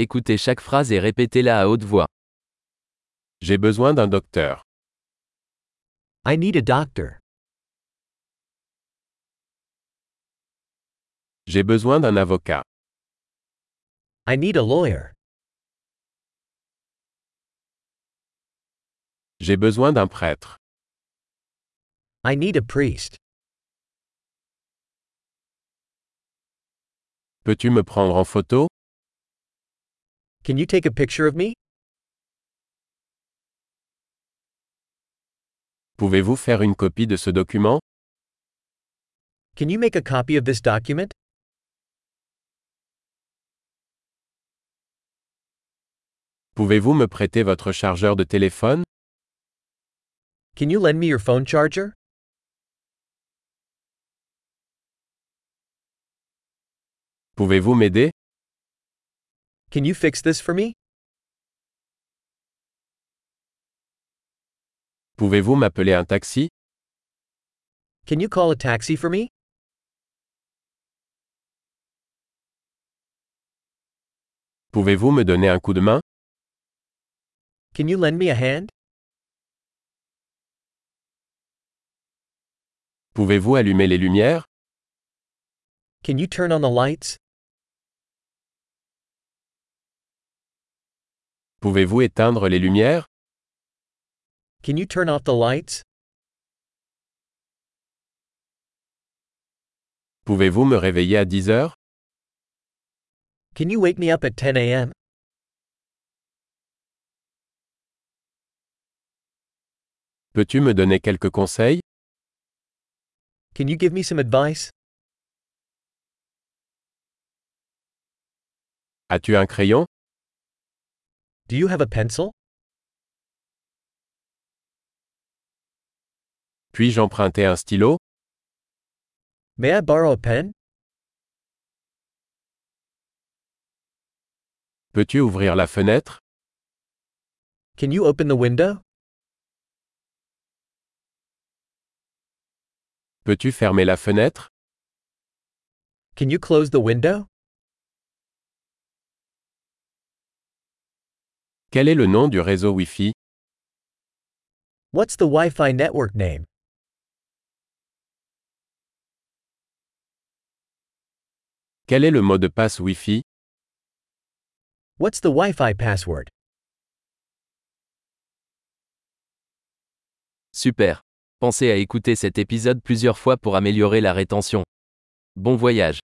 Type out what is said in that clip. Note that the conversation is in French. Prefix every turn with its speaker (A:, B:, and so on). A: Écoutez chaque phrase et répétez-la à haute voix.
B: J'ai besoin d'un docteur.
C: I need a doctor.
B: J'ai besoin d'un avocat.
C: I need a lawyer.
B: J'ai besoin d'un prêtre.
C: I need a priest.
B: Peux-tu me prendre en photo
C: Can you take a picture of me?
B: Pouvez-vous faire une copie de ce document
C: Can you make a copy of this document?
B: Pouvez-vous me prêter votre chargeur de téléphone
C: Can you lend me your phone charger?
B: Pouvez-vous m'aider
C: Can you fix this for me?
B: Pouvez-vous m'appeler un taxi
C: Can you call a taxi for me?
B: Pouvez-vous me donner un coup de main
C: Can you lend me a hand?
B: Pouvez-vous allumer les lumières
C: Can you turn on the lights?
B: Pouvez-vous éteindre les lumières
C: Can you turn off the lights?
B: Pouvez-vous me réveiller à 10 heures
C: Can you wake me up at 10 a.m.?
B: Peux-tu me donner quelques conseils
C: Can you give me some advice?
B: As-tu un crayon
C: Do you have a pencil?
B: Puis-je emprunter un stylo
C: May I borrow a pen?
B: Peux-tu ouvrir la fenêtre
C: Can you open the window?
B: Peux-tu fermer la fenêtre
C: Can you close the window?
B: Quel est le nom du réseau Wi-Fi
C: What's the Wi Fi network name?
B: Quel est le mot de passe Wi-Fi
C: What's the Wi Fi password?
A: Super. Pensez à écouter cet épisode plusieurs fois pour améliorer la rétention. Bon voyage.